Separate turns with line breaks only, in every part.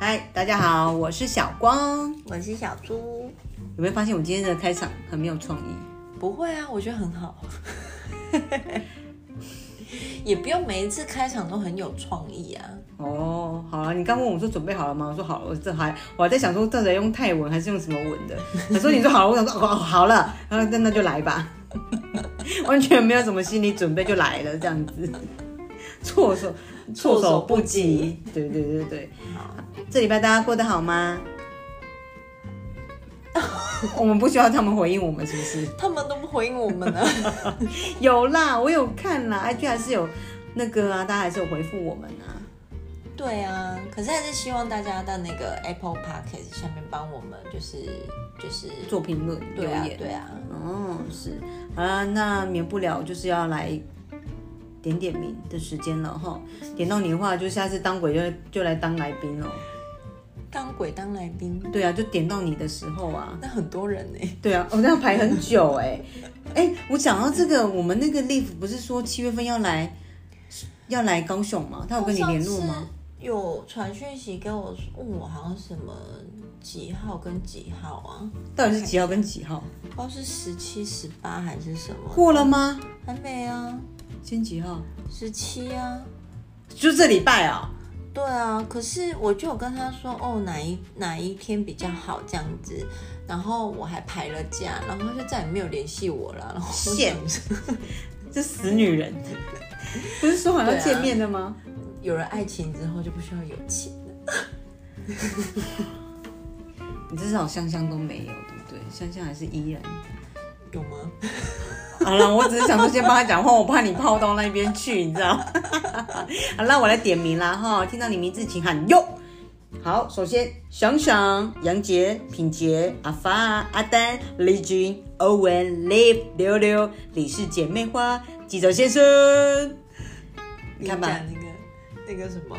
嗨，大家好，我是小光。
我是小猪。
有没有发现我们今天的开场很没有创意？
不会啊，我觉得很好。 也不用每一次开场都很有创意啊。
哦，好了，你刚问我说准备好了吗？我说好了，我这还我还在想说到底用泰文还是用什么文的。我说你说好了，我想说哦好了，然后那那就来吧， 完全没有什么心理准备就来了这样子， 措手措手不及。对对对对，这礼拜大家过得好 吗？我们不需要他们回应我们，是不是？
他们都不回应我们啊呢。
有啦，我有看啦，IG 还是有那个啊，大家还是有回复我们啊。
对啊，可是还是希望大家在那个 Apple Podcast 下面帮我们、就是，就是
做评论、留
对啊
言。
对啊，
哦，是，好啦，那免不了就是要来点点名的时间了哈。点到你的话，就下次当鬼就就来当来宾哦。
当鬼当来宾，
对啊，就点到你的时候啊。
那很多人呢、
对啊，我、哦、这样排很久哎、 哎、我讲到这个，我们那个 Live 不是说七月份要来要来高雄吗？他有跟你联络吗？？
有传讯息给我说，问我好像什么几号跟几号啊？
到底是几号跟几号？
不知道是十七、十八还是什么？
过了吗？
还没啊，
今天几号？
十七啊。
就这礼拜啊、
对啊，可是我就有跟他说，哦，哪一哪一天比较好这样子，然后我还排了假，然后他就再也没有联系我了。然后我
贱
想说
这死女人， 不是说好要见面的吗？
有了爱情之后就不需要友情了。
你至少香香都没有，对不对？香香还是依然。
有吗？
好了，我只是想说先帮他讲话，我怕你泡到那边去，你知道？ 好啦，我来点名啦哈，听到你名字请喊哟。好，首先想想、杨杰、品杰、阿发、阿丹、丽君、欧文、Live、溜溜、李氏姐妹花、记者先生，你看吧，
讲那个那个什么，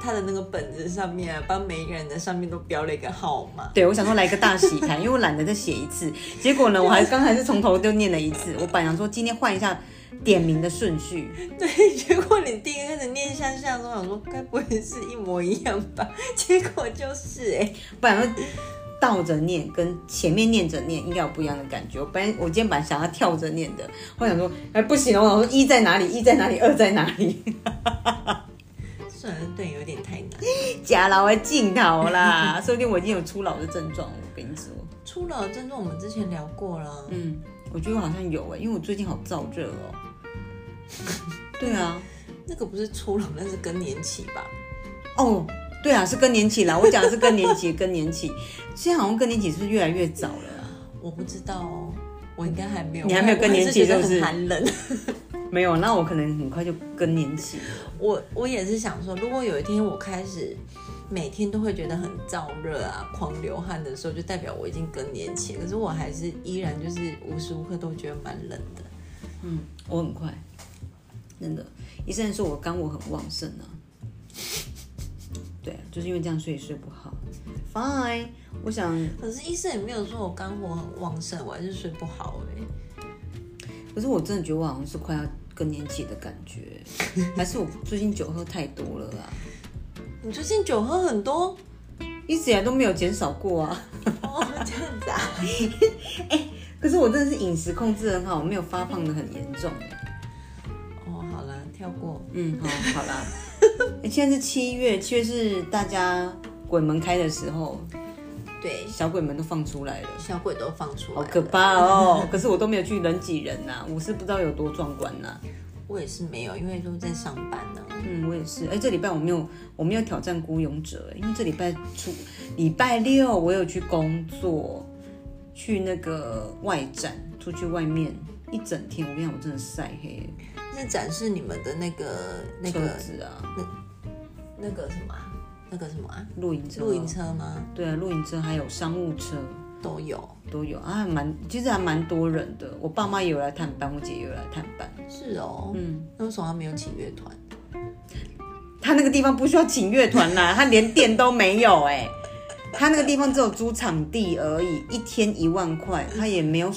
他的那个本子上面啊，帮每一个人的上面都标了一个号码。
对，我想说来个大洗牌，因为我懒得再写一次。结果呢，我还刚才是从头就念了一次。我本来想说今天换一下点名的顺序，
对，结果你第一个开始念向下的时候，我想说该不会是一模一样吧？ 结果就是哎、
不然会倒着念跟前面念着念应该有不一样的感觉。我本来我今天本来想要跳着念的，我想说哎不行了，我想说一在哪里，一在哪里，二在哪里，
算了，对，有点太难。
假老的镜头啦，说不定我已经有初老的症状了。我跟你说，
初老症状我们之前聊过了，
嗯，我觉得我好像有哎、因为我最近好燥热哦。 对啊。
那个不是初老，那是更年期吧？
哦，对啊，是更年期啦。我讲的是更年期， 更年期。现在好像更年期是不是越来越早了啊、
我不知道哦，我应该还没有，
你还没有更年期
我还
是不是
觉得很寒冷。
没有，那我可能很快就更年期了。
我我也是想说，如果有一天我开始每天都会觉得很燥热啊、狂流汗的时候，就代表我已经更年期了。可是我还是依然就是无时无刻都觉得蛮冷的。
嗯，我很快，真的。医生说我肝火很旺盛啊。对啊，就是因为这样，所以睡不好。Fine，我想，
可是医生也没有说我肝火很旺盛，我还是睡不好哎、
可是我真的觉得我好像是快要更年期的感觉，还是我最近酒喝太多了啊？
你最近酒喝很多
一直以来都没有减少过啊。
哦，这样子啊？
可是我真的是饮食控制很好，我没有发胖的很严重欸、
哦，好啦，跳过。
嗯， 好，好啦。欸现在是七月，七月是大家鬼门开的时候，
对，
小鬼们都放出来了，
小鬼都放出来
好
了，
可怕哦！可是我都没有去人挤人呐、我是不知道有多壮观呐、
我也是没有，因为都在上班呢、
嗯，我也是。哎、这礼拜我没有，我没有挑战孤勇者、因为这礼拜初，礼拜六我有去工作，去那个外展，出去外面一整天。我跟你讲，我真的晒黑，
是展示你们的那个那
车
个
子啊，
那个什么啊、那个什么啊？
露营车，
露营，车吗？
对啊，露营车还有商务车。
都有，
都有啊，还蛮其实还蛮多人的。我爸妈也有来探班，我姐也有来探班。
是哦。
嗯，
那为什么他没有请乐团？
他那个地方不需要请乐团啦，他连店都没有哎、 他那个地方只有租场地而已，一天一万块，他也没有，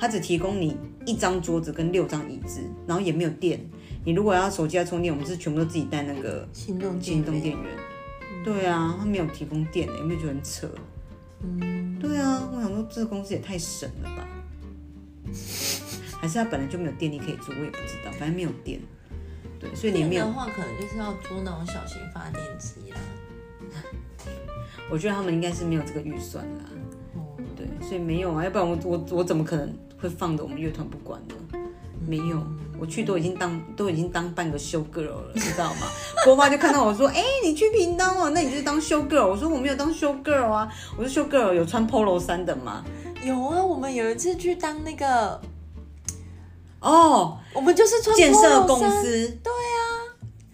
他只提供你一张桌子跟六张椅子，然后也没有电。你如果要手机要充电，我们是全部都自己带那个
行动
行动
电
电
源
源。对啊，他没有提供电、欸，有没有觉得很扯？
嗯，
对啊，我想说这个公司也太神了吧？还是他本来就没有电力可以租，我也不知道，反正没有电。对，所以你没
电
有
的，话可能就是要租那种小型发电机啦。
我觉得他们应该是没有这个预算啦。
哦，
对，所以没有啊，要不然我我我怎么可能会放着我们乐团不管呢？没有，我去都已经当都已经当半个修 girl 了，你知道吗？国妈就看到我说：“哎、你去屏东哦，那你就当修 girl。”我说：“我没有当修 girl 啊，我是修 girl，有穿 polo 衫的嘛。
有啊，我们有一次去当那个，”
哦，
我们就是穿
建设
polo
公
衫，
司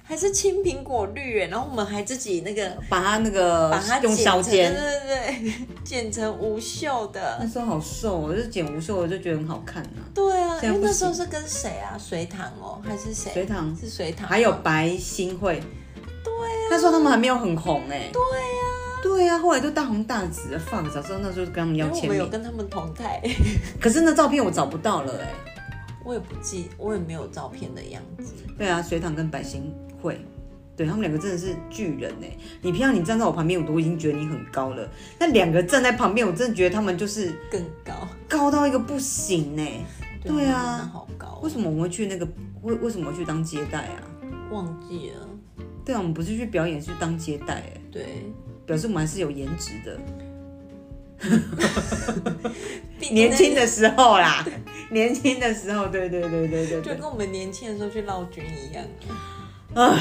还是青苹果绿耶，然后我们还自己那个
把它那个
把它
用
剪
削
成
尖，
对对 对，剪成无袖
那
的。
时候好瘦，我就剪无袖，我就觉得很好看啊。
对啊，
现在
因为
不
那时候
行
是跟谁啊？隋唐哦，还是谁？
隋唐
是隋唐吗，
还有白新会，对啊，那时候他们还没有很红哎、对啊，对啊，后来都大红大紫的 fuck，早知道那时候就跟他们要
因为我
签
们有
名，
跟他们同台，
可是那照片我找不到了哎、
我也不记，我也没有照片的样子。
对啊，隋唐跟白新会，对他们两个真的是巨人哎、你平常你站在我旁边，我都已经觉得你很高了，那两个站在旁边，我真的觉得他们就是
更高，
高到一个不行哎、对啊
真的好高，哦
为什么我们会去那个为为什么我去当接待啊？
忘记了？
对啊，我们不是去表演，是去当接待哎、
对，
表示我们还是有颜值的。
毕哎竟那
年轻的时候啦，年轻的时候，对对对对对
就
对
跟。我们年轻的时候去绕军一样啊，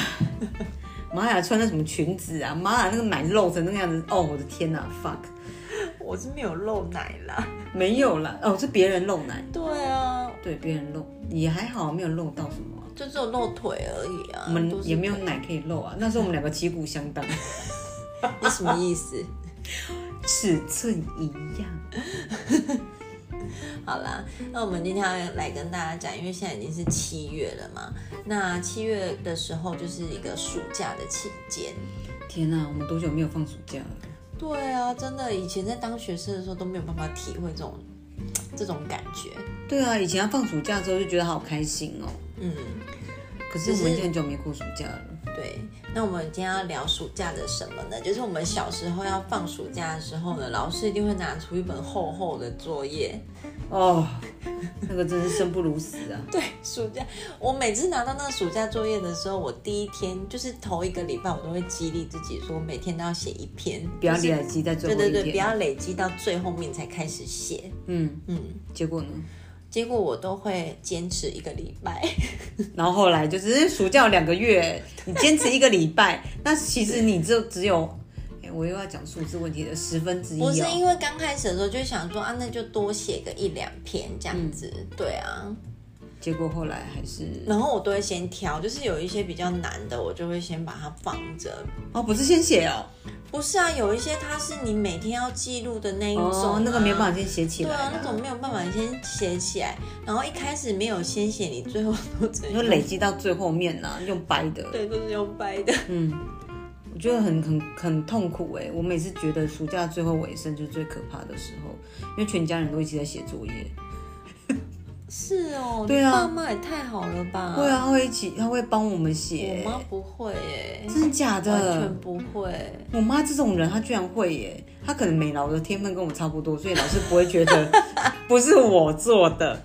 玛雅穿那什么裙子啊，玛雅那个奶露成那个样子，哦，我的天哪、f u c k
我是没有露奶 啦。
没有啦，哦，是别人露奶，
对啊，
对，别人露也还好，没有露到什么啊、
就只有露腿而已啊，
我
都
们
是
也没有奶可以露啊。那时候我们两个旗鼓相 当，
你什么意思？
尺寸一样。
好啦，那我们今天要来跟大家讲，因为现在已经是七月了嘛，那七月的时候就是一个暑假的期间。
天哪、我们多久没有放暑假了？
对啊，真的，以前在当学生的时候都没有办法体会这种这种感觉。
对啊，以前要放暑假的时候就觉得好开心哦，
嗯，
可是我们已经很久没过暑假了。
对。那我们今天要聊暑假的什么呢？就是我们小时候要放暑假的时候呢，老师一定会拿出一本厚厚的作业。
哦，那个真是生不如死啊！
对， 暑假我每次拿到那个暑假作业的时候，我第一天就是头一个礼拜，我都会激励自己说，每天都要写一篇，
不要
就是
累积在最
对
后一天。
对对，不要累积到最后面才开始写。
嗯，
嗯，
结果呢？
结果我都会坚持一个礼 拜。
然后后来就是暑假有两个月，你坚持一个礼拜，那其实你就只有，哎，我又要讲数字问题的十分之一、哦。
不是因为刚开始的时候就想说啊，那就多写个一两篇这样子，
嗯
对啊。
结果后来还是
然后我都会先挑，就是有一些比较难的，我就会先把它放着。
哦，不是先写哦，
不是啊，有一些它是你每天要记录的那一种、啊
哦，那个没有办
法。
法先写起
对
来
啊，
啦，
那种没有办法先写起来，然后一开始没有先写，你最后都只
因为
能
累积到最后面啦，用掰的，嗯
对，都是用掰 的。
我觉得很很很痛苦哎、我每次觉得暑假最后尾声就是最可怕的时候，因为全家人都一起在写作业，
是哦，
对啊
你爸妈也太好了吧？
会，啊，他会一起，他会帮我们写
我，妈不会耶，
真的假的？
完全不会。
我妈这种人，她居然会耶！她可能美劳的天分跟我差不多，所以老师不会觉 得不是我做的。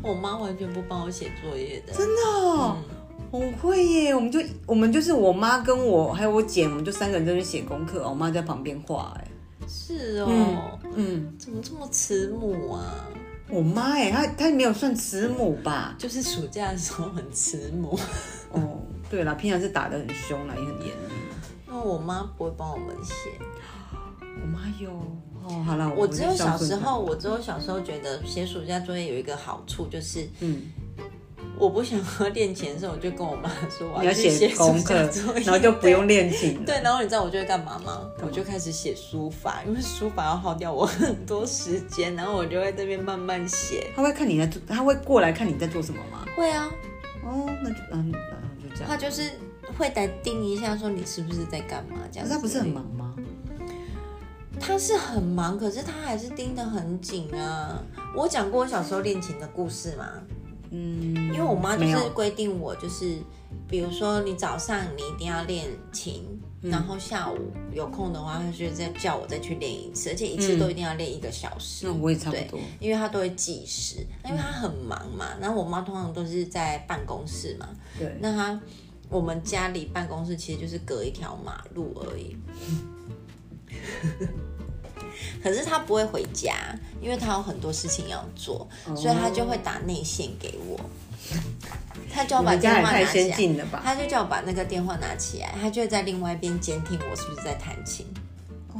我妈完全不帮我写作业的，
真的哦、
嗯
我会耶！我们就我们就是我妈跟我还有我姐，我们就三个人在那边写功课，我妈在旁边画。哎，
是哦，
嗯，
怎么这么慈母啊？
我妈哎，她她没有算慈母吧？
就是暑假的时候很慈母，
哦，对啦，平常是打得很凶啦，也很严厉。
因为我妈不会帮我们写。
我妈有哦，好啦，
我只有
就孝
小
顺
时
她
候，，我只有小时候觉得写暑假作业有一个好处，就是
嗯，
我不想要练琴的时候，我就跟我妈说我
你要
去
写
暑
功课
假作，业，
然后就不用练琴了。
对。对，然后你知道我就会干嘛吗？我就开始写书法，因为书法要耗掉我很多时间，然后我就会这边慢慢写。
她会看你在做，她会过来看你在做什么吗？
会啊，
哦，那就嗯，然后就这样。
他就是会来盯一下，说你是不是在干嘛这样。
可是他不是很，忙吗？
他是很忙，可是他还是盯得很紧啊。我讲过我小时候练琴的故事吗？
嗯，
因为我妈就
没
是
有
规定我，就是比如说你早上你一定要练琴，
嗯
然后下午有空的话，她就再叫我再去练一次，而且一次
嗯
都一定要练一个小时。
那我也差不多
对，因为她都会计时，因为她很忙嘛。然后我妈通常都是在办公室嘛，
嗯对，
那她我们家离办公室其实就是隔一条马路 而已。可是她不会回家，因为她有很多事情要做，
哦
所以她就会打内线给 我。她就要
你
把
们
电
家也
话
太
拿起
先
来，
进了吧？
她就叫我把那个电话拿起来，她就会在另外一边监听我是不是在弹琴，
哦，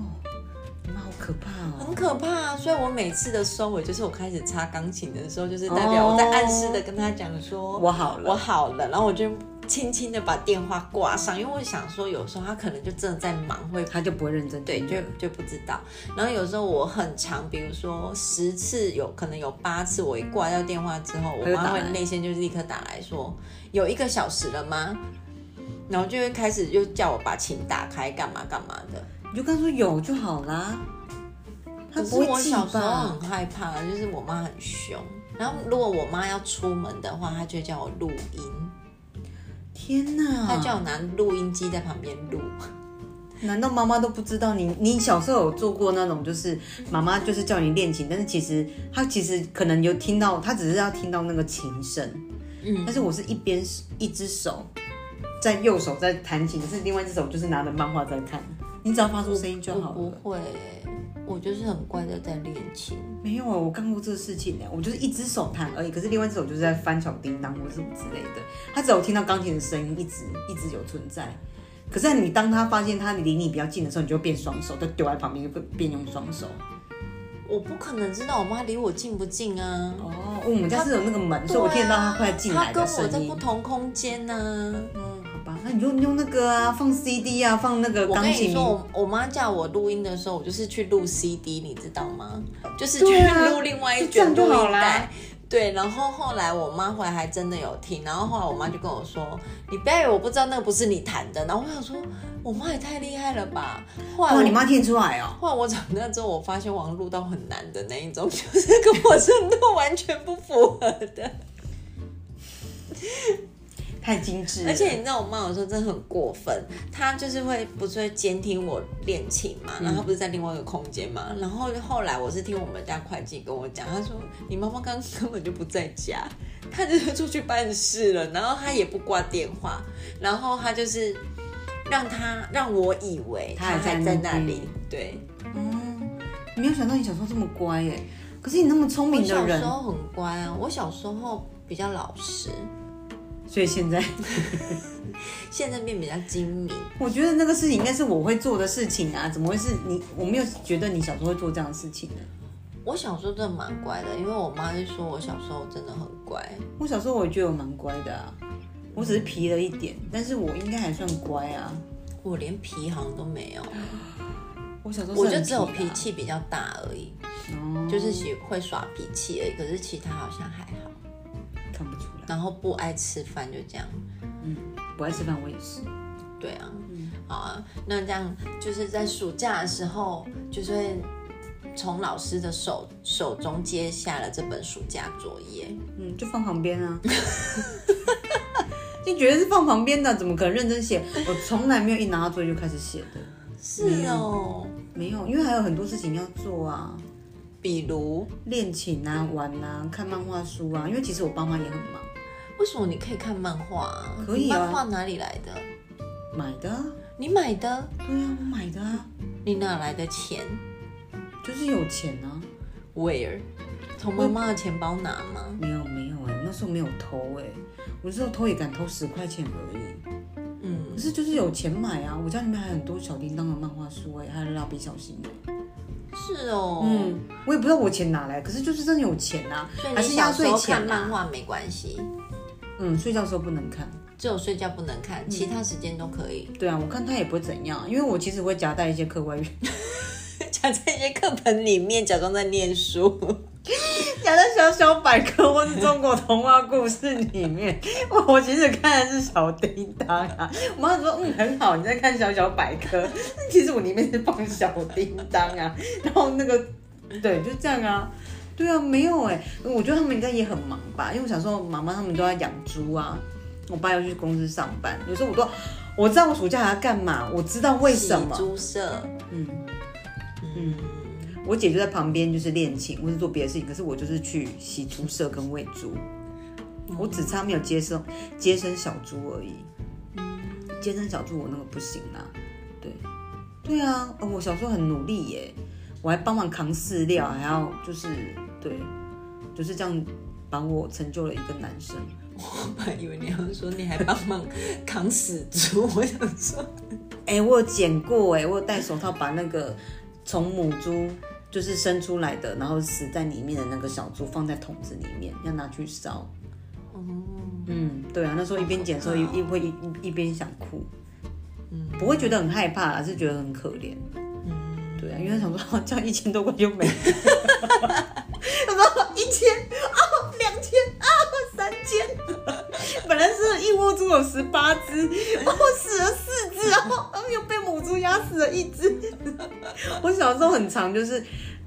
你妈好可怕哦！
很可怕、啊。所以我每次的收尾就是我开始擦钢琴的时候，就是代表我在暗示的跟她讲说，
我好
哦我
了，
好了，然后我就轻轻的把电话挂上，因为我想说有时候他可能就真的在忙，会
他就不会认真
对
听
就
了
就不知道。然后有时候我很长，比如说十次有可能有八次，我一挂掉电话之后，我
他就打
妈会
来
内线就立刻打来说有一个小时了吗？然后就会开始就叫我把琴打开，干嘛干嘛的。
你就跟他说有就好啦。他
可是
不
我
会记
小时候
吧
很？害怕，就是我妈很凶。然后如果我妈要出门的话，她就会叫我录音。
天哪！
他叫我拿录音机在旁边录，
难道妈妈都不知道你？你小时候有做过那种，就是妈妈就是叫你练琴，但是其实她其实可能有听到，她只是要听到那个琴声，
嗯
但是我是一边一只手在右手在弹琴，是另外一只手就是拿着漫画在看。你只要发出声音 就
我
好
不
了。
会欸、我就是很乖的在练琴。
没有啊，我干过这个事情呢，我就是一只手弹而已，可是另外一只手就是在翻小叮当或什么之类的。他只有听到钢琴的声音，一直一直有存在。可是你当他发现他离你比较近的时候，你就会变双手，就丢在旁边，就变用双手。
我不可能知道我妈离我近不近啊，
哦，我们家是有那个门，所以我听得到他快进来
她啊跟
的
我
声
在
音
不。同空间啊呢、
嗯，好吧，那你就用那个啊，放 CD 啊，放那个
我
钢
跟你
琴。
说，我我妈叫我录音的时候，我就是去录 CD，你知道吗？就是去
对啊
录另外
就
一
这
卷
样就
录
好
音
啦
带。对，然后后来我妈回来还真的有听，然后后来我妈就跟我说：“你不要以为我不知道那个不是你弹的。”然后我想说，我妈也太厉害了吧！后来
哇，
我
你妈听得出来哦。
后来我长大之后，我发现网路到很难的那一种， 就是跟我深度完全不符合的。
太精致了，
而且你知道，我妈有时候真的很过分，她就是会不是会监听我练琴嘛，
嗯
然后她不是在另外一个空间嘛，然后后来我是听我们家会计跟我讲，她说你妈妈刚刚根本就不在家， 她就是出去办事了，然后她也不挂电话，然后她就是让她让我以为
她还
她
在
还在那
那
里
边，
对，
嗯，你没有想到你小时候这么乖耶。可是你那么聪明
我
的
小
人
时，候很乖啊，我小时候比较老实，
所以现在
现在变比较精明。
我觉得那个事情应该是我会做的事情啊，怎么会是你？我没有觉得你小时候会做这样的事情呢。啊
我小时候真的蛮乖的，因为我妈就说我小时候真的很乖。
我小时候我觉得我蛮乖的啊，我只是皮了一点，但是我应该还算乖啊。
我连皮好像都没有，
我小时候是
我就
很
只有
的啊
脾，气比较大而已，
哦
就是喜会耍脾气而已。可是其他好像还好，
看不出来。
然后不爱吃饭就这样。
不爱吃饭我也是，
对啊，好啊，那这样就是在暑假的时候，就是会从老师的手手中接下了这本暑假作业。
嗯，就放旁边啊。 就觉得是放旁边的，啊怎么可能认真写？我从来没有一拿到作业就开始写的，
是哦，
没有，因为还有很多事情要做啊，
比如
练琴啊、玩啊、看漫画书啊。因为其实我爸妈也很忙，
为什么你可以看漫画、啊？
可以啊
你漫画哪里来的？
买的啊，
你买的？
对啊，我买的啊，
你哪来的钱
就是有钱啊。
？Where？从妈妈的钱包拿吗？
没有没有哎、那时候没有偷哎、我那时候偷也敢偷十块钱而已。
嗯
可，是就是有钱买啊，我家里面还有很多小叮当的漫画书哎、还有蜡笔小新哎、
是哦。
嗯，我也不知道我钱哪来，可是就是真的有钱啊，
所以
还
你
是
小
压
时
岁
候
钱
看漫
啊。
画没关系，
嗯，睡觉的时候不能看。
只有睡觉不能看，其他时间都可 以。
对啊，我看他也不会怎样，因为我其实会夹带一些课外阅，
讲在一些课本里面，假装在念 书。
夹在小小百科或是中国童话故事里面。 我其实看的是小叮当啊，我妈说嗯很好，你在看小小百科，其实我里面是放小叮当啊，然后那个对就这样啊，对啊，没有哎、我觉得他们应该也很忙吧，因为我小时候妈妈他们都在养猪啊，我爸要去公司上班，有时候我都我知道我暑假还要干嘛，我知道为什么
洗，猪舍，
嗯，
嗯，
我姐就在旁边就是练琴或是做别的事情，可是我就是去洗猪舍跟喂猪，我只差没有接生接生小猪而已，接生小猪我那个不行啊，对，对啊，哦我小时候很努力耶，我还帮忙扛饲料，还要就是对，就是这样把我成就了一个男生，
我本来以为你要说你还帮忙扛死猪，我想说
哎、我有剪过哎，我有戴手套把那个从母猪就是生出来的，然后死在里面的那个小猪放在桶子里面，要拿去烧。嗯，对啊，那时候一边剪的时候一一会一一一边想哭，嗯，不会觉得很害怕啦，是觉得很可怜。嗯，对啊，因为想说这样一千多块就没了， 他说一千啊，两千啊，三千，本来是一窝猪有十八只，然后死了四只，然后又被母猪压死了一只。我小时候很常就是。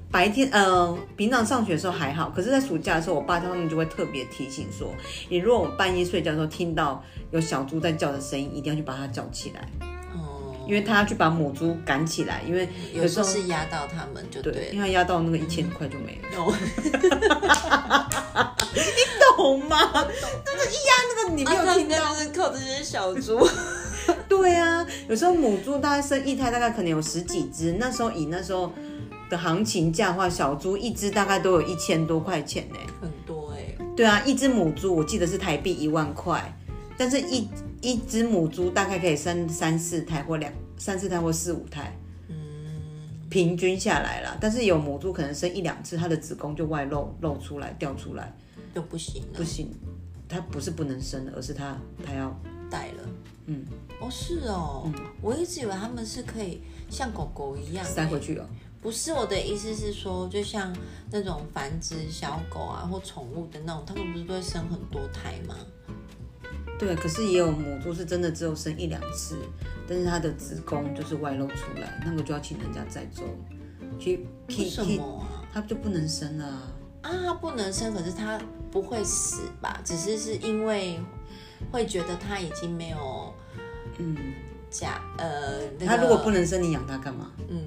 白天，呃，平常上学的时候还好，可是，在暑假的时候，我爸他们就会特别提醒说，你如果我半夜睡觉的时候听到有小猪在叫的声音，一定要去把它叫起来，
哦，
因为他要去把母猪赶起来，因为
有时候
有时
是压到他们就
对，
对
因
了。
为压到那个一千块就没了，
哦
懂吗？就是一压那个你没有
啊，
听
应该就是靠这些小 猪。
对啊，有时候母猪大概生一胎，大概可能有十几只。那时候以那时候的行情价的话，小猪一只大概都有一千多块钱呢、
很多哎、
对啊，一只母猪我记得是台币一万块，但是一一只母猪大概可以生三四胎或两三四胎或四五胎，
嗯，
平均下来啦。但是有母猪可能生一两次，它的子宫就外露露出来掉出来，
就不行了
不，行，它不是不能生，而是它它要
带了。
嗯，
哦，是哦，我一直以为他们是可以像狗狗一样欸
塞回去哦。
不是我的意思是说，就像那种繁殖小狗啊或宠物的那种，他们不是都会生很多胎吗？
对，可是也有母猪是真的只有生一两次，但是它的子宫就是外露出来，那个就要请人家再做，去
为
k
什
k
么啊？
它就不能生了啊。
啊，它不能生，可是它不会死吧？只是是因为会觉得它已经没有
嗯，
假呃，那
它
个
如果不能生，你养它干嘛？
嗯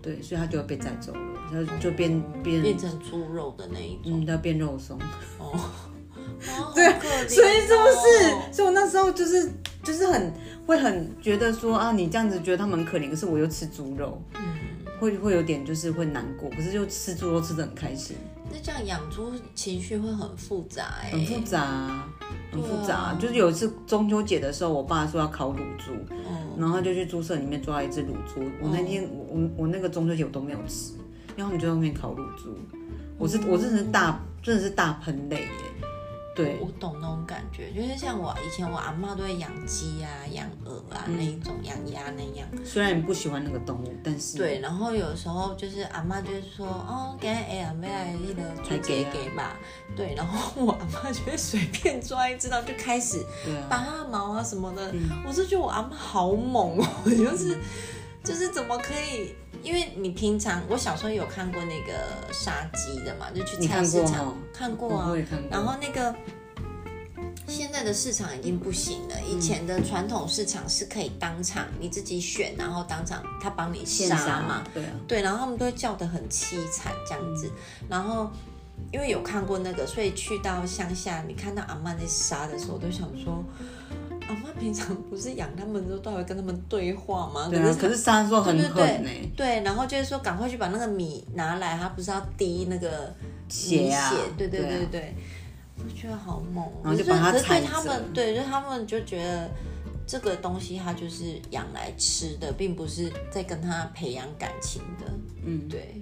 对，所以它就要被载走了，它就变变
变成猪肉的那一种
嗯，它变肉松。
哦，
嗯对
对，好可怜哦
所以是不是？所以我那时候就是就是很会很觉得说啊，你这样子觉得他们很可怜，可是我又吃猪肉，
嗯
会会有点就是会难过，可是就吃猪肉吃的很开心。
那这样养猪情绪会很复杂哎、
很复杂啊，很复杂啊。
对啊
就是有一次中秋节的时候，我爸说要烤乳猪，
嗯，
然后他就去猪舍里面抓了一只乳猪。我那
哦
天我我我那个中秋节我都没有吃，因为他们就在外面烤乳猪。我是我真的是大真的是大喷泪耶，对，
我懂那种感觉，就是像我以前我阿嬷都会养鸡啊、养鹅啊、
嗯
那一种，养鸭那样。
虽然不喜欢那个动物，但是
对，然后有时候就是阿妈就是说，哦，给哎呀，没来那个猪给给吧，啊对，然后我阿妈就会随便抓一只，然后就开始
对啊，嗯
拔它毛啊什么的，我是觉得我阿妈好猛哦， 就是就是怎么可以？因为你平常我小时候有看过那个杀鸡的嘛，就去
你
菜
看过
市
哦
场看过啊
我，也看过。
然后那个现在的市场已经不行了，
嗯
以前的传统市场是可以当场你自己选，然后当场他帮你
现
杀
杀
嘛
嘛，，对啊，
对，然后他们都会叫得很凄惨这样子，
嗯
然后。因为有看过那个，所以去到乡下，你看到阿妈在杀的时候，我都想说，阿妈平常不是养他们之后，都还会跟他们对话吗？
对啊。可是杀的时候很
对对
狠欸呢、
对，对，然后就是说赶快去把那个米拿来，他不是要滴那个
血啊
米血对对
对啊
对对，我觉得好猛哦。
然后就
可是
把它
可是
踩
对他
着
们，对，就他们就觉得这个东西它就是养来吃的，并不是在跟它培养感情的。
嗯，
对，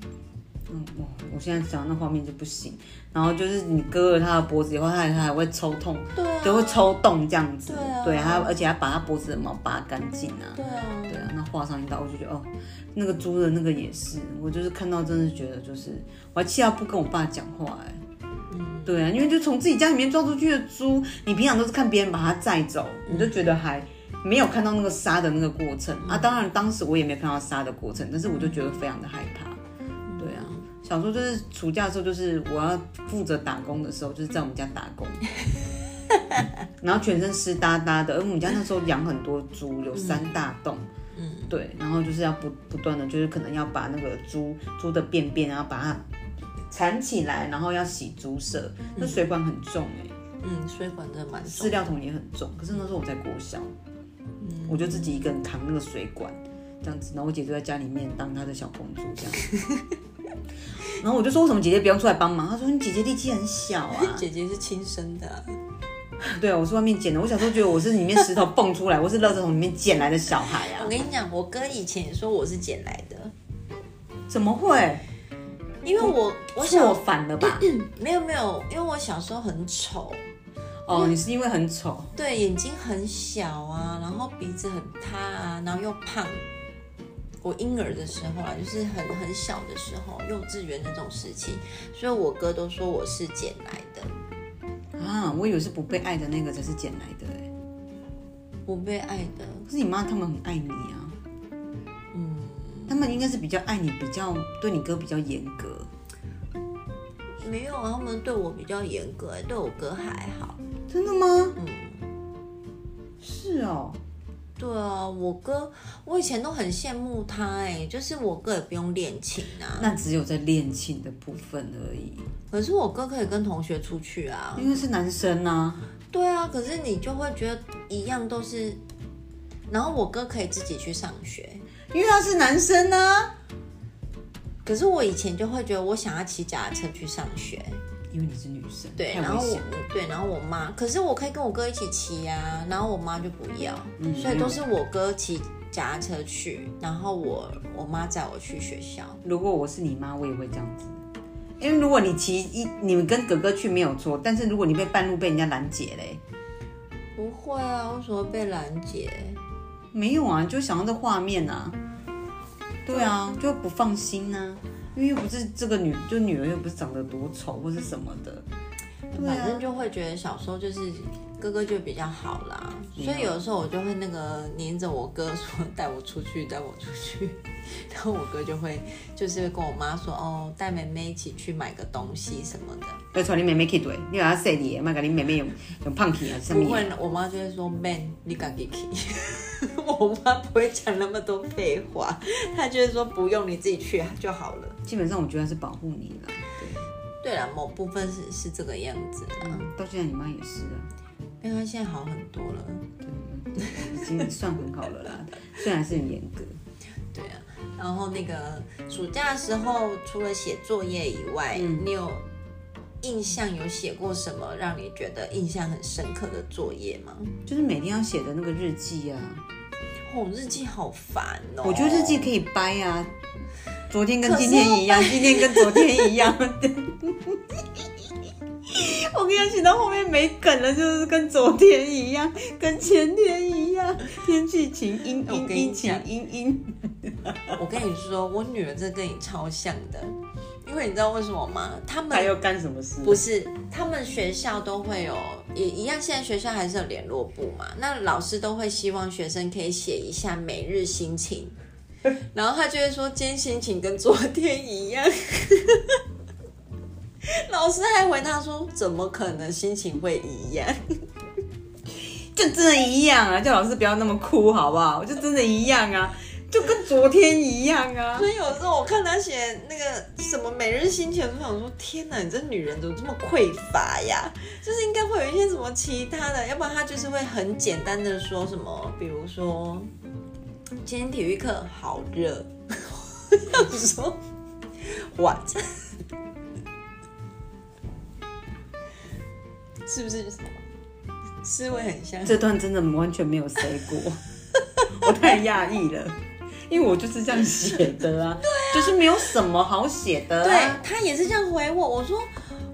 嗯，哇！我现在想那画面就不行。然后就是你割了他的脖子以后，他还他还会抽痛，
对啊
就会抽动这样子。
对啊
还而且还把他脖子的毛拔干净啊。
对啊，
对啊，那画上一刀，我就觉得哦，那个猪的那个也是，我就是看到真的觉得就是，我还气到不跟我爸讲话哎、
嗯，
对啊，因为就从自己家里面抓出去的猪，你平常都是看别人把它载走，你就觉得还没有看到那个杀的那个过程啊。当然，当时我也没有看到杀的过程，但是我就觉得非常的害怕。对啊，想说就是暑假的时候，就是我要负责打工的时候，就是在我们家打工， 然后全身湿哒哒的，而我们家那时候养很多猪，有三大栋。
嗯
对，然后就是要不不断的，就是可能要把那个猪猪的便便，然后把它缠起来，然后要洗猪舍，那水管很重哎、
嗯，水管真的蛮
饲
重，
料桶也很重。可是那时候我在国小，
嗯
我就自己一个人扛那个水管，这样子，然后我姐就在家里面当她的小公主这样。 然后我就说为什么姐姐不用出来帮忙？她说你姐姐力气很小 啊。
姐姐是亲生的啊、
对啊，我是外面捡的。我小时候觉得我是里面石头蹦出来，我是垃圾桶里面捡来的小孩啊
我，跟你讲，我哥以前也说我是捡来的，
怎么会？
因
哦
为我我
错
小
反了 吧？
没有没有，因为我小时候很丑，
哦，你是因为很丑。
对，眼睛很小啊，然后鼻子很塌啊，然后又胖。我婴儿的时候啊，就是很很小的时候，幼稚园那种时期，所以我哥都说我是捡来的。
啊，我以为是不被爱的那个才是捡来的哎、
我被爱的，
可是你妈他们很爱你啊，
嗯，
他们应该是比较爱你，比较对你哥比较严格，
没有啊，他们对我比较严格、欸对我哥还好。
真的吗？
嗯，
是哦，
对啊，我哥，我以前都很羡慕他哎、就是我哥也不用练琴啊，
那只有在恋情的部分而已，
可是我哥可以跟同学出去啊。
因为是男生啊，
对啊，可是你就会觉得一样都是，然后我哥可以自己去上学，
因为他是男生啊，
可是我以前就会觉得我想要骑脚踏车去上学，
因为你是女生，
对，
太
然
危
后我
险了。
对，然后我妈，可是我可以跟我哥一起骑啊，然后我妈就不要，
嗯
所以都是我哥骑脚踏车去，然后我我妈载我去学校。
如果我是你妈，我也会这样子。因为如果你骑一，你们跟哥哥去没有错，但是如果你被半路被人家拦截嘞，
不会啊，为什么被拦截？
没有啊，就想要这画面啊，对啊，就不放心啊，因为又不是这个女，就女儿又不是长得多丑或是什么的，对
反
啊
正，就会觉得小时候就是哥哥就比较好啦，所以有的时候我就会那个黏着我哥说带我出去， 带我出去，然后我哥就会就是会跟我妈说哦，带妹妹一起去买个东西什么的。
要哎带你妹妹去对，你把她说你的，莫甲你妹妹用用胖去啊，什
不
么
会
的？，
我妈就会说 man，你敢给 k 我妈不会讲那么多废话，她就会说不用，你自己去就好了。
基本上我觉得她是保护你啦，
对了，某部分是是这个样子啦，
嗯对，到现在你妈也是啊，
因为她现在好很多了。
已经算很好了啦，虽然是很严格，
对啊，然后那个暑假的时候，除了写作业以外，
嗯
你有印象有写过什么让你觉得印象很深刻的作业吗？
就是每天要写的那个日记啊，
哦，日记好烦哦！
我觉得日记可以掰啊。昨天跟今天一样，今天跟昨天一样。 对我跟你讲，写到后面没梗了，就是跟昨天一样，跟前天一样，天气晴阴
我
阴
跟你
阴晴
讲
阴阴。
我跟你说，我女儿这跟你超像的，因为你知道为什么吗？他
还
们
要干什么事？
不是，他们学校都会有，也一样。现在学校还是有联络部嘛，那老师都会希望学生可以写一下每日心情，然后他就会说今天心情跟昨天一样。 老师还回答说：“怎么可能心情会一样？
就真的一样啊！叫老师不要那么哭，好不好？就真的一样啊，就跟昨天一样啊
所。以有时候我看他写那个什么每日心情，我就想说：天哪，你这女人怎么这么匮乏呀？就是应该会有一些什么其他的，要不然她就是会很简单的说什么，比如说今天体育课好热， 我想说 what？是不是思维很像？
这段真的完全没有 say 过，我太讶异了，因为我就是这样写的啊，就是没有什么好写的、啊。
对他也是这样回我，我说，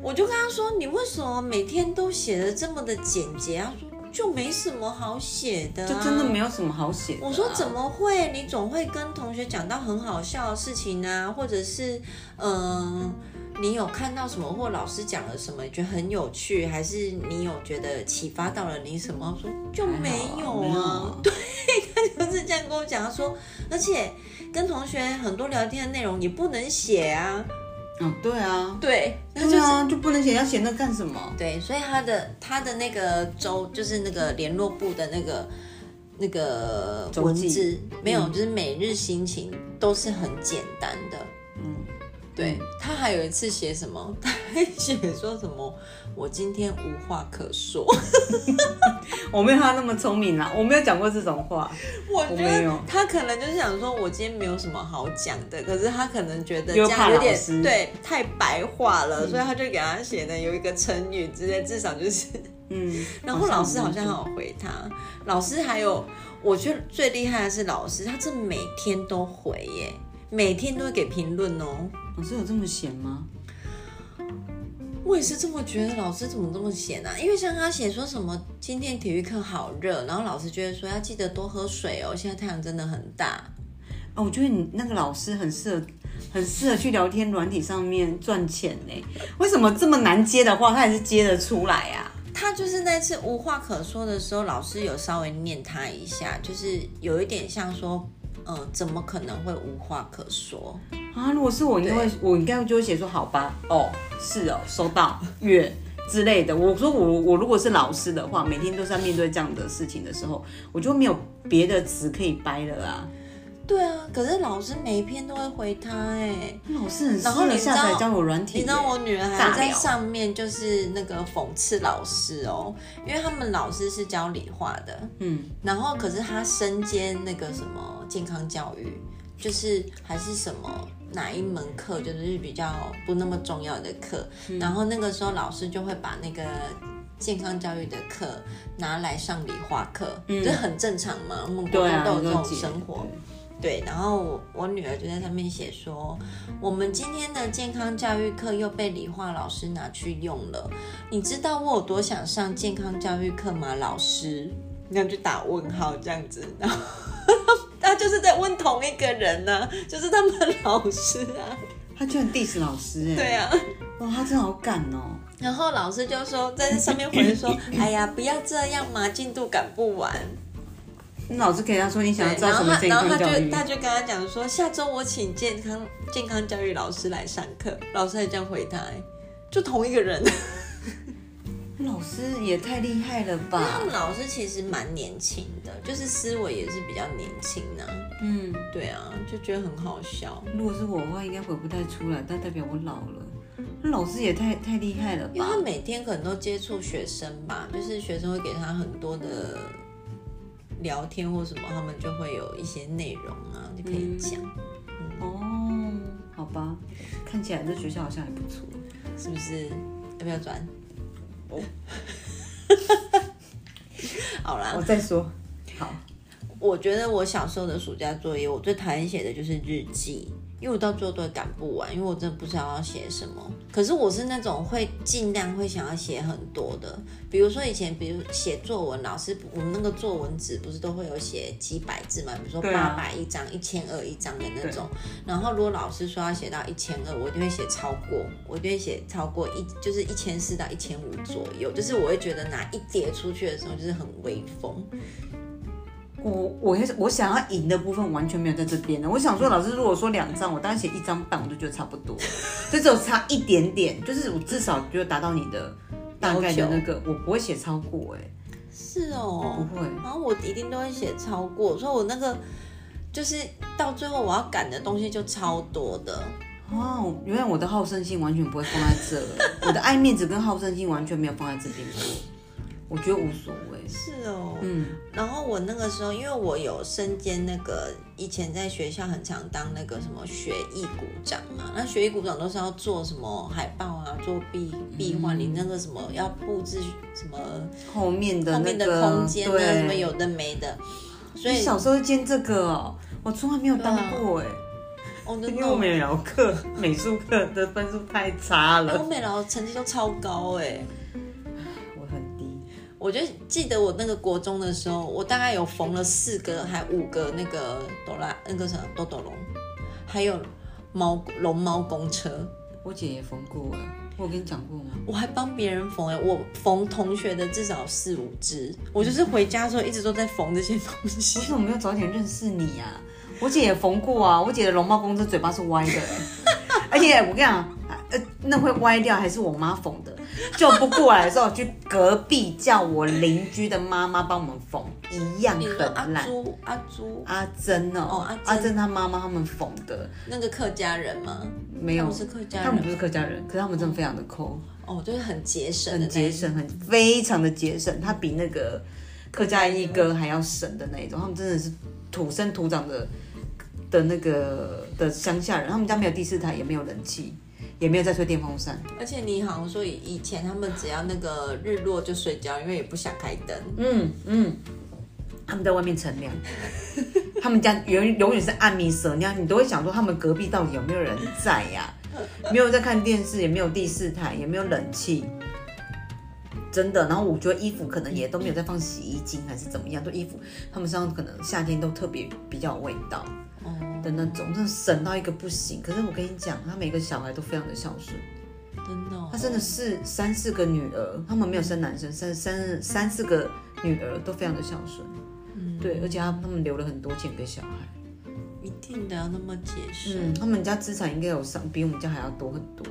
我就跟他说，你为什么每天都写的这么的简洁？他说就没什么好写的、啊，
就真的啊没有什么好写、
我说怎？么会？你总会跟同学讲到很好笑的事情啊，或者是嗯、呃你有看到什么，或老师讲了什么，你觉得很有趣，还是你有觉得启发到了你什么？我说就没有 啊，
对，
就是这样跟我讲。他说，而且跟同学很多聊天的内容也不能写啊。
嗯，对啊，
对，那就是
对啊，就不能写，要写那干什么？
对，所以他的他的那个州就是那个联络部的那个那个
周
文
记
字没有，就是每日心情都是很简单的。
嗯，
对他还有一次写什么？ 他还写说什么？我今天无话可说。
我没有他那么聪明啦，我没有讲过这种话。
我觉
没
得
有
他可能就是想说，我今天没有什么好讲的，可是他可能觉得
又
这
怕
样有点
老师嗯
对太白话了，所以他就给他写的有一个成语之类，至少就是
嗯，
然后老师好像还有回他，老师还有，我觉得最厉害的是老师，他这每天都回耶，每天都会给评论哦。
老师有这么闲吗？
我也是这么觉得，老师怎么这么闲啊？因为像他写说什么今天体育课好热，然后老师就会说要记得多喝水哦，现在太阳真的很大。
啊，我觉得你那个老师很适合，很适合去聊天软体上面赚钱呢、为什么这么难接的话，他也是接得出来啊？
他就是那次无话可说的时候，老师有稍微念他一下，就是有一点像说，呃，怎么可能会无话可说？
啊，如果是我，应该会，我应该就会写说好吧，哦，是哦，收到， 月之类的。我说我我如果是老师的话，每天都是在面对这样的事情的时候，我就没有别的词可以掰了啊。
对啊，可是老师每一篇都会回他哎、
老师很适
然后你
合
知道
下载交友软体、
你知道我女儿
尬
还
聊
在上面就是那个讽刺老师哦，因为他们老师是教理化的，
嗯，
然后可是她身兼那个什么健康教育，就是还是什么哪一门课就是比较不那么重要的课，
嗯
然后那个时候老师就会把那个。健康教育的课拿来上理化课，这、很正常嘛。我们
嗯
国
对
中
啊，
都有这种
了解
生活，对，然后我我女儿就在上面写说，我们今天的健康教育课又被理化老师拿去用了。你知道我有多想上健康教育课吗？老师，然后就打问号这样子，然后他就是在问同一个人呢、就是他们老师啊，
他居然 diss 老师哎、
对，啊。
哇，他真的好敢哦。
然后老师就说在上面回说，哎呀，不要这样嘛，进度赶不完。
那老师给他说你想要
对，
知道
然
什
后
么
他，
健
然后
康
他
教
就
育？
他就跟他讲说，下周我请健康健康教育老师来上课，老师还这样回他、欸就同一个人。
啊老师也太厉害了
他
吧
们！老师其实蛮年轻的，就是思维也是比较年轻啊。
嗯，
对啊，就觉得很好笑，
如果是我的话，应该回不太出来，但代表我老了。那老师也太太厉害了
因
吧
为？他每天可能都接触学生吧，就是学生会给他很多的聊天或什么，他们就会有一些内容啊，就可以讲，
哦，好吧，看起来这学校好像还不错。
是不是？要不要转？哦 好啦，
哦我再说，好，
我觉得我小时候的暑假作业，我最讨厌写的就是日记，因为我到最后都会赶不完，因为我真的不知道要写什么。可是我是那种会尽量会想要写很多的，比如说以前，比如写作文，老师我们那个作文纸不是都会有写几百字嘛，比如说
对
八
啊
百一张、一千二一张的那种。然后如果老师说要写到一千二，我就会写超过，我就会写超过一，就是一千四到一千五左右，就是我会觉得拿一叠出去的时候就是很威风。
我我也是我想要赢的部分完全没有在这边呢。我想说，老师如果说两张，我当然写一张半，我就觉得差不 多，就只有差一点点，就是我至少就达到你的大概的那个，我不会写超过哎、
是哦，
不会
然后我一定都会写超过，所以我那个就是到最后我要赶的东西就超多的。
哦，原来我的好胜心完全不会放在这 儿，我的爱面子跟好胜心完全没有放在这边过，我觉得无所谓。
是哦，
嗯，
然后我那个时候，因为我有身兼那个以前在学校很常当那个什么学艺股长嘛，那学艺股长都是要做什么海报啊，做壁壁画，你那个什么要布置什么
后面的
后
那
面
个
的空间啊，
对
什么有的没的，所以
你小时候兼这个哦，我从来没有当过哎、
我嗯哦的
因为我美疗课、美术课的分数太差
欧
了，
哎美劳成绩都超高哎、
我很低。
我就记得我那个国中的时候，我大概有缝了四个还五个那个哆啦那个什么豆豆龙，还有猫龙猫公车，
我姐也缝过哎，我有跟你讲过吗？
我还帮别人缝哎、我缝同学的至少四五只，我就是回家的时候一直都在缝这些东 西
为。什么没有早点认识你 啊？我姐也缝过啊，我姐的容貌公司嘴巴是歪的、欸，而且我跟你讲，那会歪掉，还是我妈缝的？救不过来的时候，我去隔壁叫我邻居的妈妈帮我们缝，一样
你说阿
很烂。
朱阿朱
阿珍哦，
哦阿
阿
珍
珍她妈妈他们缝的，
那个客家人吗？
没有
他们是客家
他们不
人
是客家人，可是他们真的非常的抠，
哦，就是很节省
很
的那一
节
种
省，很非常的节省，他比那个客家一哥还要省的那一种，他们真的是土生土长的的那个的乡下人，他们家没有第四台，也没有冷气，也没有在吹电风扇，
而且你好像说以以前他们只要那个日落就睡觉，因为也不想开灯。
嗯嗯，他们在外面乘凉，他们家永永远是暗迷蛇尿，你都会想说他们隔壁到底有没有人在呀、没有在看电视，也没有第四台，也没有冷气，真的。然后我觉得衣服可能也都没有在放洗衣精还是怎么样，就衣服他们身上可能夏天都特别比较有味道
哦，
的那种，真的省到一个不行。可是我跟你讲，他每个小孩都非常的孝顺。
真的、哦，
他生了四三四个女儿，他们没有生男生，三三三四个女儿都非常的孝顺，
嗯
对，而且他他们留了很多钱给小孩，
一定的要那么节省。
嗯，他们家资产应该有上比我们家还要多很多，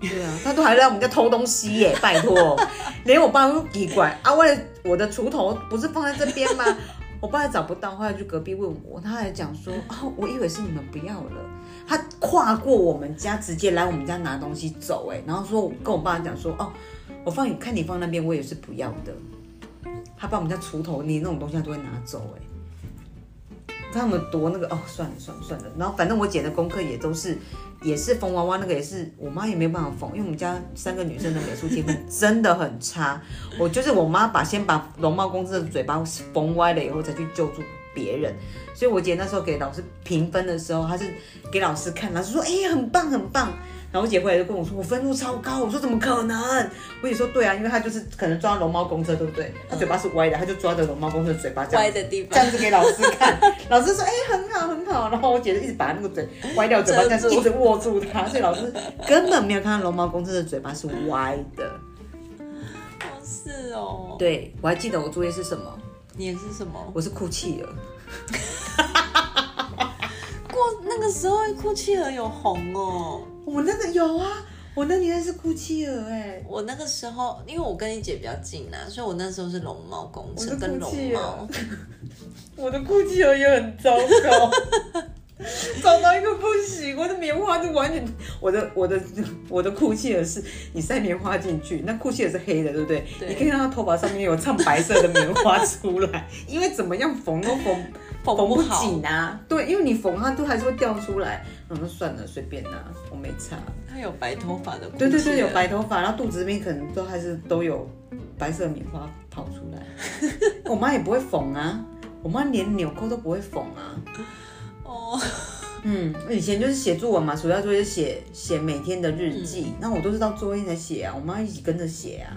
对啊， 他都还来我们家偷东西耶，拜托，连我爸都奇怪啊，为了我的锄头不是放在这边吗？ 我爸还找不到，后来就隔壁问我，他还讲说啊、我以为是你们不要了，他跨过我们家，直接来我们家拿东西走，哎，然后说我跟我爸讲说，哦，我放你看你放那边，我也是不要的。他把我们家锄头，你那种东西他都会拿走，哎，你看他们多那个哦，算了算了算了，然后反正我姐的功课也都是，也是缝娃娃那个也是，我妈也没办法缝，因为我们家三个女生的美术天分真的很差，我就是我妈把先把容貌公司的嘴巴缝歪了以后，才去救助别人。所以我姐那时候给老师评分的时候，她是给老师看，老师说：“哎、很棒，很棒。”然后我姐回来就跟我说：“我分数超高。”我说：“怎么可能？”我姐说：“对啊，因为她就是可能抓绒毛公车，对不对？她嘴巴是歪的，她就抓着绒毛公车的嘴巴这样
歪的地方
这样子给老师 看。老师说：“哎、很好，很好。”然后我姐就一直把那个嘴歪掉，嘴巴这样
遮住
一直握住它，所以老师根本没有看到绒毛公车的嘴巴是歪的。
哦是哦，
对，我还记得我作业是什么，
你也是什么？
我是哭泣了。
过那个时候哭泣儿有红哦。
我那个有啊，我那年代是哭泣了哎、
我那个时候，因为我跟你姐比较近啦，所以我那时候是龙猫公
我
车
的哭
跟龙
泣
猫
了，，我的哭泣而也很糟糕， 糟到一个不行。我的棉花是完全，我的我的我的哭泣儿是，你塞棉花进去，那哭泣儿是黑的，对不对？
对
你可以看到头发上面有唱白色的棉花出来， 因为怎么样缝都缝
缝
不
好。
紧啊。对，因为你缝它都还是会掉出来。嗯，那算了，随便啦、我没差。
它有白头发的哭泣
对
儿
对对，有白头发，然后肚子里面可能都还是都有白色的棉花跑出来。 我妈也不会缝啊，我妈连纽扣都不会缝啊。
哦，
嗯，以前就是写作文嘛，暑假作业写写每天的日记，那我都是到作业才写啊，我妈一起跟着写啊，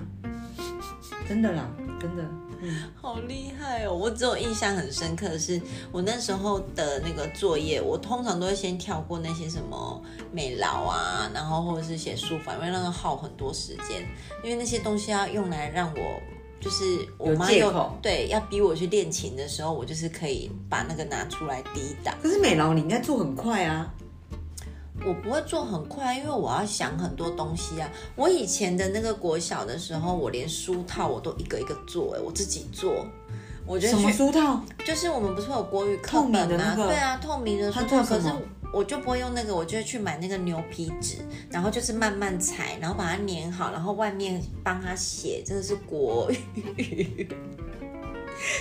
真的啦，真的，嗯，
好厉害哦！我只有印象很深刻的是，我那时候的那个作业，我通常都会先跳过那些什么美劳啊，然后或者是写书法，因为那个耗很多时间，因为那些东西要用来让我。就是我妈
有借
又
口
对要逼我去练琴的时候，我就是可以把那个拿出来抵挡。
可是美劳你应该做很快啊，
我不会做很快，因为我要想很多东西啊。我以前的那个国小的时候，我连书套我都一个一个做、哎，我自己做。我觉得
什么书套？
就是我们不是有国语课
透
本
明的
吗？
那个
对啊，透明的书
它
套，
做
可
什
是
么
我就不会用那个，我就会去买那个牛皮纸，然后就是慢慢裁，然后把它粘好，然后外面帮它写，真的是国语，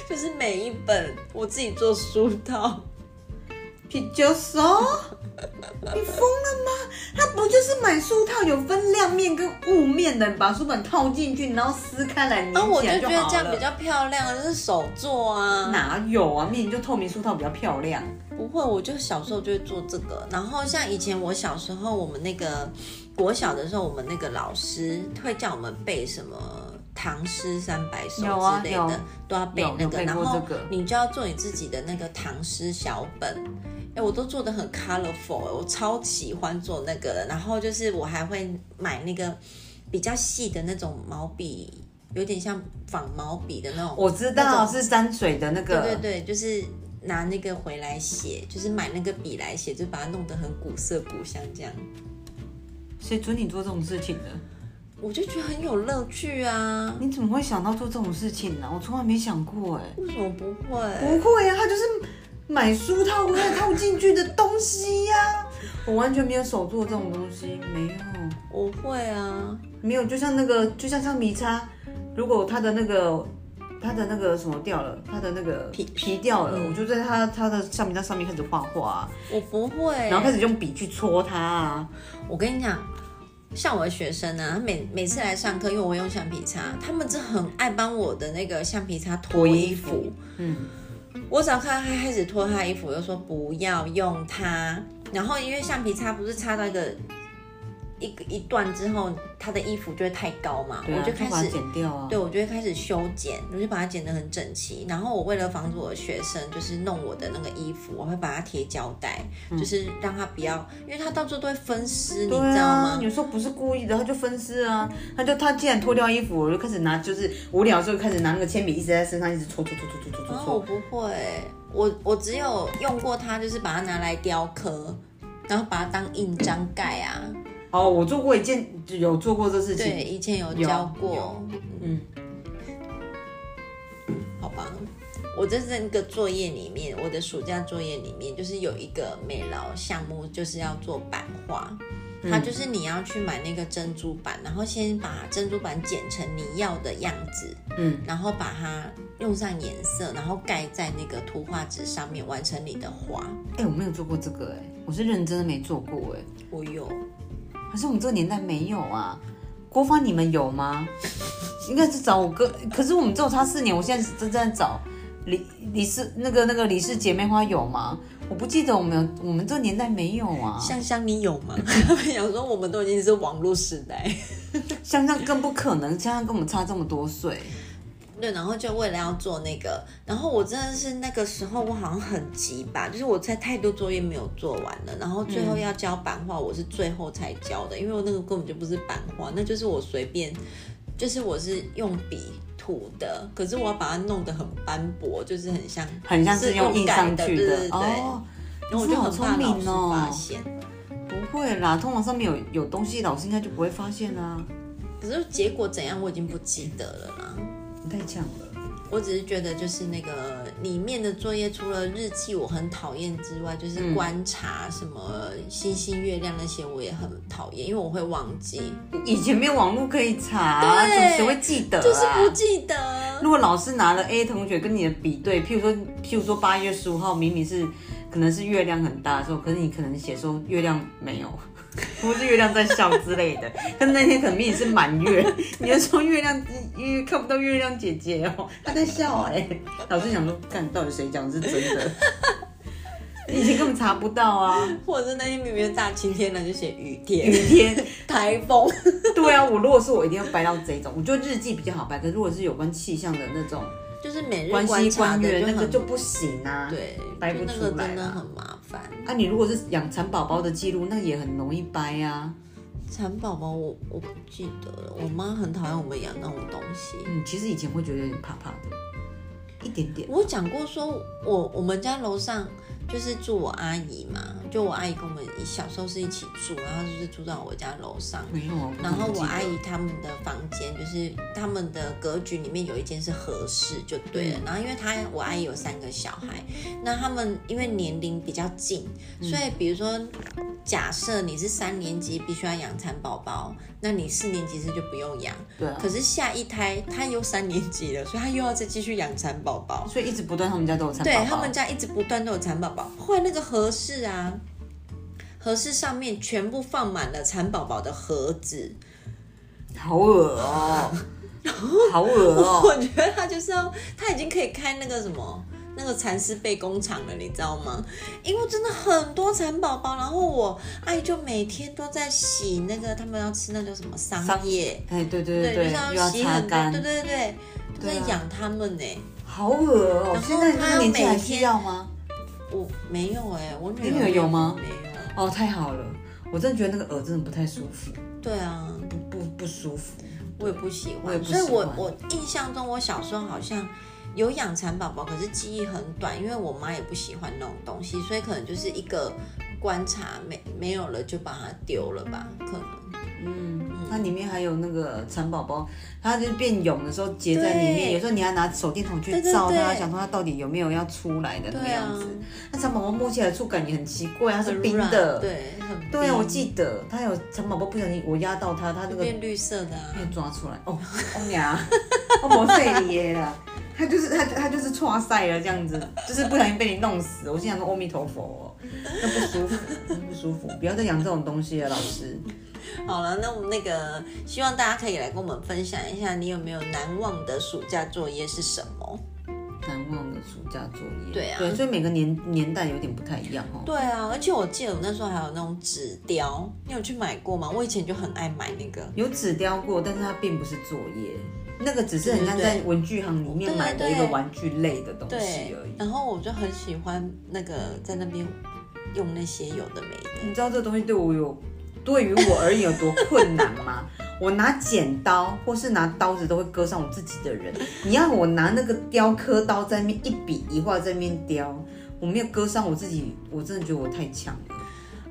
就是每一本我自己做书套。
啤酒手， 你疯了吗？他不就是买书套有分亮面跟雾面的，把书本套进去，然后撕开来
那、
粘
啊我
起
就
来
觉得
好
这样
了。
比较漂亮，就是手做啊。
哪有啊？面就透明书套比较漂亮。
不会，我就小时候就会做这个。然后像以前我小时候，我们那个国小的时候，我们那个老师会叫我们背什么唐诗三百首
有啊
之类的，
有
都要背
有
那
有
个。
背
然
过
后
这个
你就要做你自己的那个唐诗小本。哎，我都做的很 colorful，我超喜欢做那个的。然后就是我还会买那个比较细的那种毛笔，有点像仿毛笔的那种。
我知
那
道
种
是山水的那个，
对对对，就是拿那个回来写，就是买那个笔来写，就把它弄得很古色古香这样。
谁准你做这种事情的？
我就觉得很有乐趣啊。
你怎么会想到做这种事情呢、我从来没想过哎、
为什么不会？
不会呀、啊他就是买书套外套进去的东西呀、我完全没有手做这种东西，没有，
我会啊。
没有，就像那个，就像橡皮擦，如果它的那个。它的那个什么掉了，它的那个皮皮掉了，
嗯
我就在它它的橡皮擦上面开始画画啊、
我不会。啊
然后开始用笔去戳它啊。
我跟你讲，像我的学生呢、他每每次来上课，因为我会用橡皮擦，他们真的很爱帮我的那个橡皮擦脱衣
脱
服
衣。嗯，
我只要看到他开始脱他的衣服，我就说不要用它。然后因为橡皮擦不是擦到一个一个一段之后，他的衣服就会太高嘛，
对啊
我就开
把它
始
剪掉啊。
对，我就会开始修剪，我就把它剪得很整齐。然后我为了防止我的学生就是弄我的那个衣服，我会把它贴胶带，
嗯
就是让它不要，因为它到处都会分湿，你
对
知道
啊
吗，？
有时候不是故意的，他就分尸啊，他就他既然脱掉衣服，我就开始拿，就是无聊的时候就开始拿那个铅笔一直在身上一直戳戳戳戳戳戳戳
然后我
戳，
不会，我我只有用过它，就是把它拿来雕刻，然后把它当印章盖啊。
哦，我做过一件，有做过这事
对，
情，
以前有
有
教过
有，嗯，
好吧。我在那个作业里面，我的暑假作业里面，就是有一个美劳项目，就是要做版画。
嗯
它就是你要去买那个珍珠板，然后先把珍珠板剪成你要的样子，
嗯，
然后把它用上颜色，然后盖在那个图画纸上面，完成你的画。
哎、我没有做过这个、哎，我是认真的没做过、哎，
我有，
可是我们这个年代没有啊，国防你们有吗？应该是找我哥，可是我们只有差四年，我现在正在找李李氏那个那个李氏姐妹花有吗？我不记得我们有，我们这个年代没有啊，
香香你有吗？ 他们想说我们都已经是网络时代。
香香更不可能，香香跟我们差这么多岁。
对，然后就为了要做那个，然后我真的是那个时候我好像很急吧，就是我在太多作业没有做完了，然后最后
嗯
要交版画，我是最后才交的，因为我那个根本就不是版画，那就是我随便，就是我是用笔涂的，可是我要把它弄得很斑驳，就是很像
很像是用印上
改
去
对
的
对对，
哦，
然后我就很怕
你是好聪
老师
明哦
发现，
不会啦，通常上面有有东西，老师应该就不会发现啊。
可是结果怎样我已经不记得了啦。
你太强了，
我只是觉得，就是那个里面的作业，除了日记我很讨厌之外，
嗯
就是观察什么星星、月亮那些，我也很讨厌，因为我会忘记，
以前没有网络可以查，
对
怎么谁会记得、啊？
就是不记得。
如果老师拿了 A 同学跟你的比对，譬如说，譬如说八月十五号明明是可能是月亮很大的时候，可是你可能写说月亮没有， 不是月亮在笑之类的，但那天可能明明是满月， 你就说月亮因为看不到月亮姐姐哦，她在笑哎、老师想说，看到底谁讲是真的？ 你以前根本查不到啊，
或者是那天明明是大晴天了，就写雨
雨
天、
天。
台风。
对啊，我如果是我一定要掰到这一种，我觉得日记比较好掰，可是如果是有关气象的那种
就是每日
关系
观察
官
的
员，
就
那个
很
就不行啊。。
对，
掰不
就那
出
个
来
真的
啦
很麻烦。
啊，你如果是养蚕宝宝的记录，那也很容易掰啊。
蚕宝宝我我不记得了，我妈很讨厌我们养那种东西。
嗯，其实以前会觉得有点怕怕的，一点点。
我讲过说，我我们家楼上就是住我阿姨嘛，就我阿姨跟我们小时候是一起住，然后就是住到我家楼上。
没有啊，
然后我阿
爱
姨他们的房间，就是他们的格局里面有一间是合适就对了。然后因为她我阿姨有三个小孩，那他们因为年龄比较近，所以比如说假设你是三年级必须要养蚕宝宝，那你四年级是就不用养。
对啊，
可是下一胎她又三年级了，所以她又要再继续养蚕宝宝。
所以一直不断他们家都有蚕宝
对
宝。
他们家一直不断都有蚕宝宝。后来那个盒式啊，盒式上面全部放满了蚕宝宝的盒子，
好恶哦、好恶哦、
我觉得他就是要，他已经可以开那个什么。那个蚕丝被工厂了，你知道吗？因为真的很多蚕宝宝，然后我阿姨就每天都在洗那个他们要吃那叫什么桑叶，
哎，对对对
就是
又要
洗
擦
很多，
干
对，对对，都在
对啊
养它们呢、
好恶哦、
然后
现在这个年纪
他
还
每
需
天
要吗？
我没有哎、我女
你
儿
女儿有吗
没有，
哦，太好了，我真的觉得那个耳真的不太舒服，
对啊，
不不不舒服。
我也不喜
我也
欢，
不
所以
喜
我
欢
我印象中我小时候好像有养蚕宝宝，可是记忆很短，因为我妈也不喜欢那种东西，所以可能就是一个观察，没没有了就把它丢了吧，可能
嗯，它里面还有那个蚕宝宝，它就变蛹的时候结在里面，
对
有时候你还拿手电筒去
对对
照它，
对
想说它到底有没有要出来的那个
对啊
样子。那蚕宝宝摸起来的触感也很奇怪，它
很
是冰
软
的。
对，嗯很冰
对啊，我记得它有蚕宝宝不小心我压到它，它那个
变绿色的啊，
被抓出来， 哦，欧娘，我磨碎你耶啦！他就是他他就是错赛了这样子，就是不小心被你弄死。我心想说阿弥陀佛、哦，那不舒服，那不舒服，不要再养这种东西了，老师。
好了，那我们那个希望大家可以来跟我们分享一下，你有没有难忘的暑假作业是什么？
难忘的暑假作业，
对啊
对，所以每个年年代有点不太一样哦。
对啊，而且我记得我那时候还有那种纸雕，你有去买过吗？我以前就很爱买那个。
有纸雕过，但是它并不是作业，那个只是很像
对对
在文具行里面
对
买的
对
一个玩具类的东西
对
而已，。
然后我就很喜欢那个在那边用那些有的没的。
你知道这东西对我有，对于我而言有多困难吗？ 我拿剪刀或是拿刀子都会割伤我自己的人。你要我拿那个雕刻刀在面一笔一画在面雕，我没有割伤我自己，我真的觉得我太强了，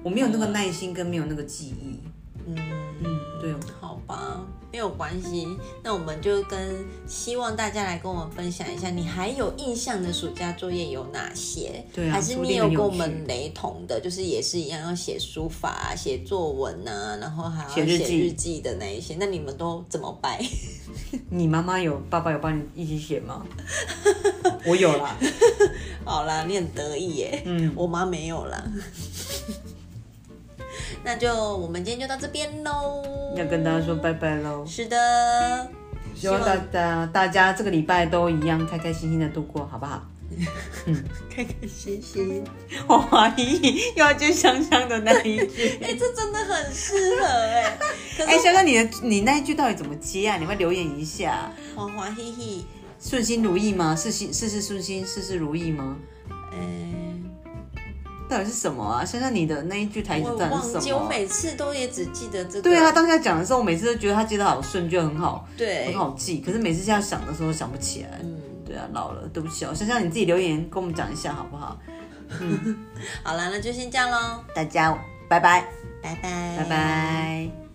我没有那个耐心跟没有那个记忆。
嗯，
嗯，对，
好吧，没有关系。那我们就跟希望大家来跟我们分享一下，你还有印象的暑假作业有哪些？
对啊
还是
说不
你
定
有
很有
跟我
趣
们雷同的，就是也是一样要写书法、啊、写作文啊，然后还要
写日记
写日记的那一些。那你们都怎么掰？
你妈妈有，爸爸有帮你一起写吗？ 我有啦，
好啦，你很得意耶。
嗯，
我妈没有啦。 那就我们今天就到这边喽。
要跟大家说拜拜喽。
是的，
希望大家大家这个礼拜都一样开开心心的度过，好不好？
开开心心。
我怀疑又要接香香的那一句。
哎、这真的很适 合哎。可
哎、
是
香香，你的你那一句到底怎么接啊？你们留言一下。
黄华嘿嘿，
顺心如意吗？事心事事顺心，事事如意吗？
嗯、
到底是什么啊？香香，你的那一句台词
我
到底
忘
哎是
记，
什么
我
啊？
每次都也只记得这个。
对啊，，当下讲的时候，我每次都觉得他接的好顺，就很好，
对
很，好记。可是每次现在想的时候想不起来。
嗯，
对啊，老了，对不起哦。香香，你自己留言跟我们讲一下好不好？
好啦，那就先这样喽，
大家拜拜，
拜拜，
拜拜。